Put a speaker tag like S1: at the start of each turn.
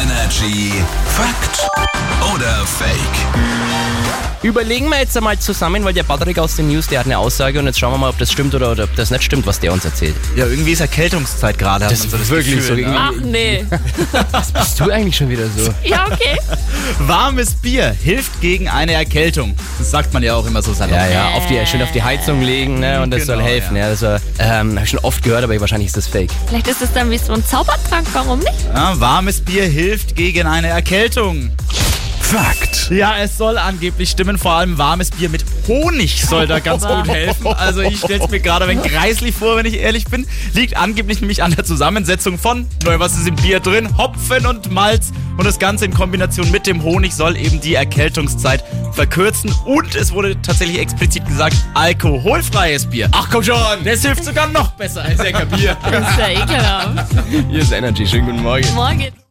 S1: Energy Fakt oder Fake?
S2: Überlegen wir jetzt einmal zusammen, weil der Patrick aus den News, der hat eine Aussage und jetzt schauen wir mal, ob das stimmt oder, oder ob das nicht stimmt, was der uns erzählt.
S3: Ja, irgendwie ist Erkältungszeit gerade. Das
S2: ist wirklich so.
S3: Ne?
S4: Ach nee.
S2: Bist du eigentlich schon wieder so?
S4: Ja, okay.
S3: Warmes Bier hilft gegen eine Erkältung. Das sagt man ja auch immer so salopp.
S2: Ja, ja, auf die, schön auf die Heizung legen ne, und das
S3: Genau,
S2: soll helfen. Ja.
S3: ja.
S2: das war, ähm, habe ich schon oft gehört, aber wahrscheinlich ist das fake.
S4: Vielleicht ist es dann wie so ein Zaubertrank, warum nicht?
S3: Ja, warmes Bier hilft gegen eine Erkältung.
S1: Fakt
S3: Ja, es soll angeblich stimmen. Vor allem warmes Bier mit Honig soll da ganz gut helfen. Also ich stell's mir gerade ein wenig greislich vor, wenn ich ehrlich bin. Liegt angeblich nämlich an der Zusammensetzung von, neu, was ist im Bier drin? Hopfen und Malz. Und das Ganze in Kombination mit dem Honig soll eben die Erkältungszeit verkürzen. Und es wurde tatsächlich explizit gesagt, alkoholfreies Bier. Ach komm schon, das hilft sogar noch besser als Eckerbier.
S4: Das ist ja ekelhaft.
S2: Hier ist Energy. Schönen guten Morgen.
S4: Morgen.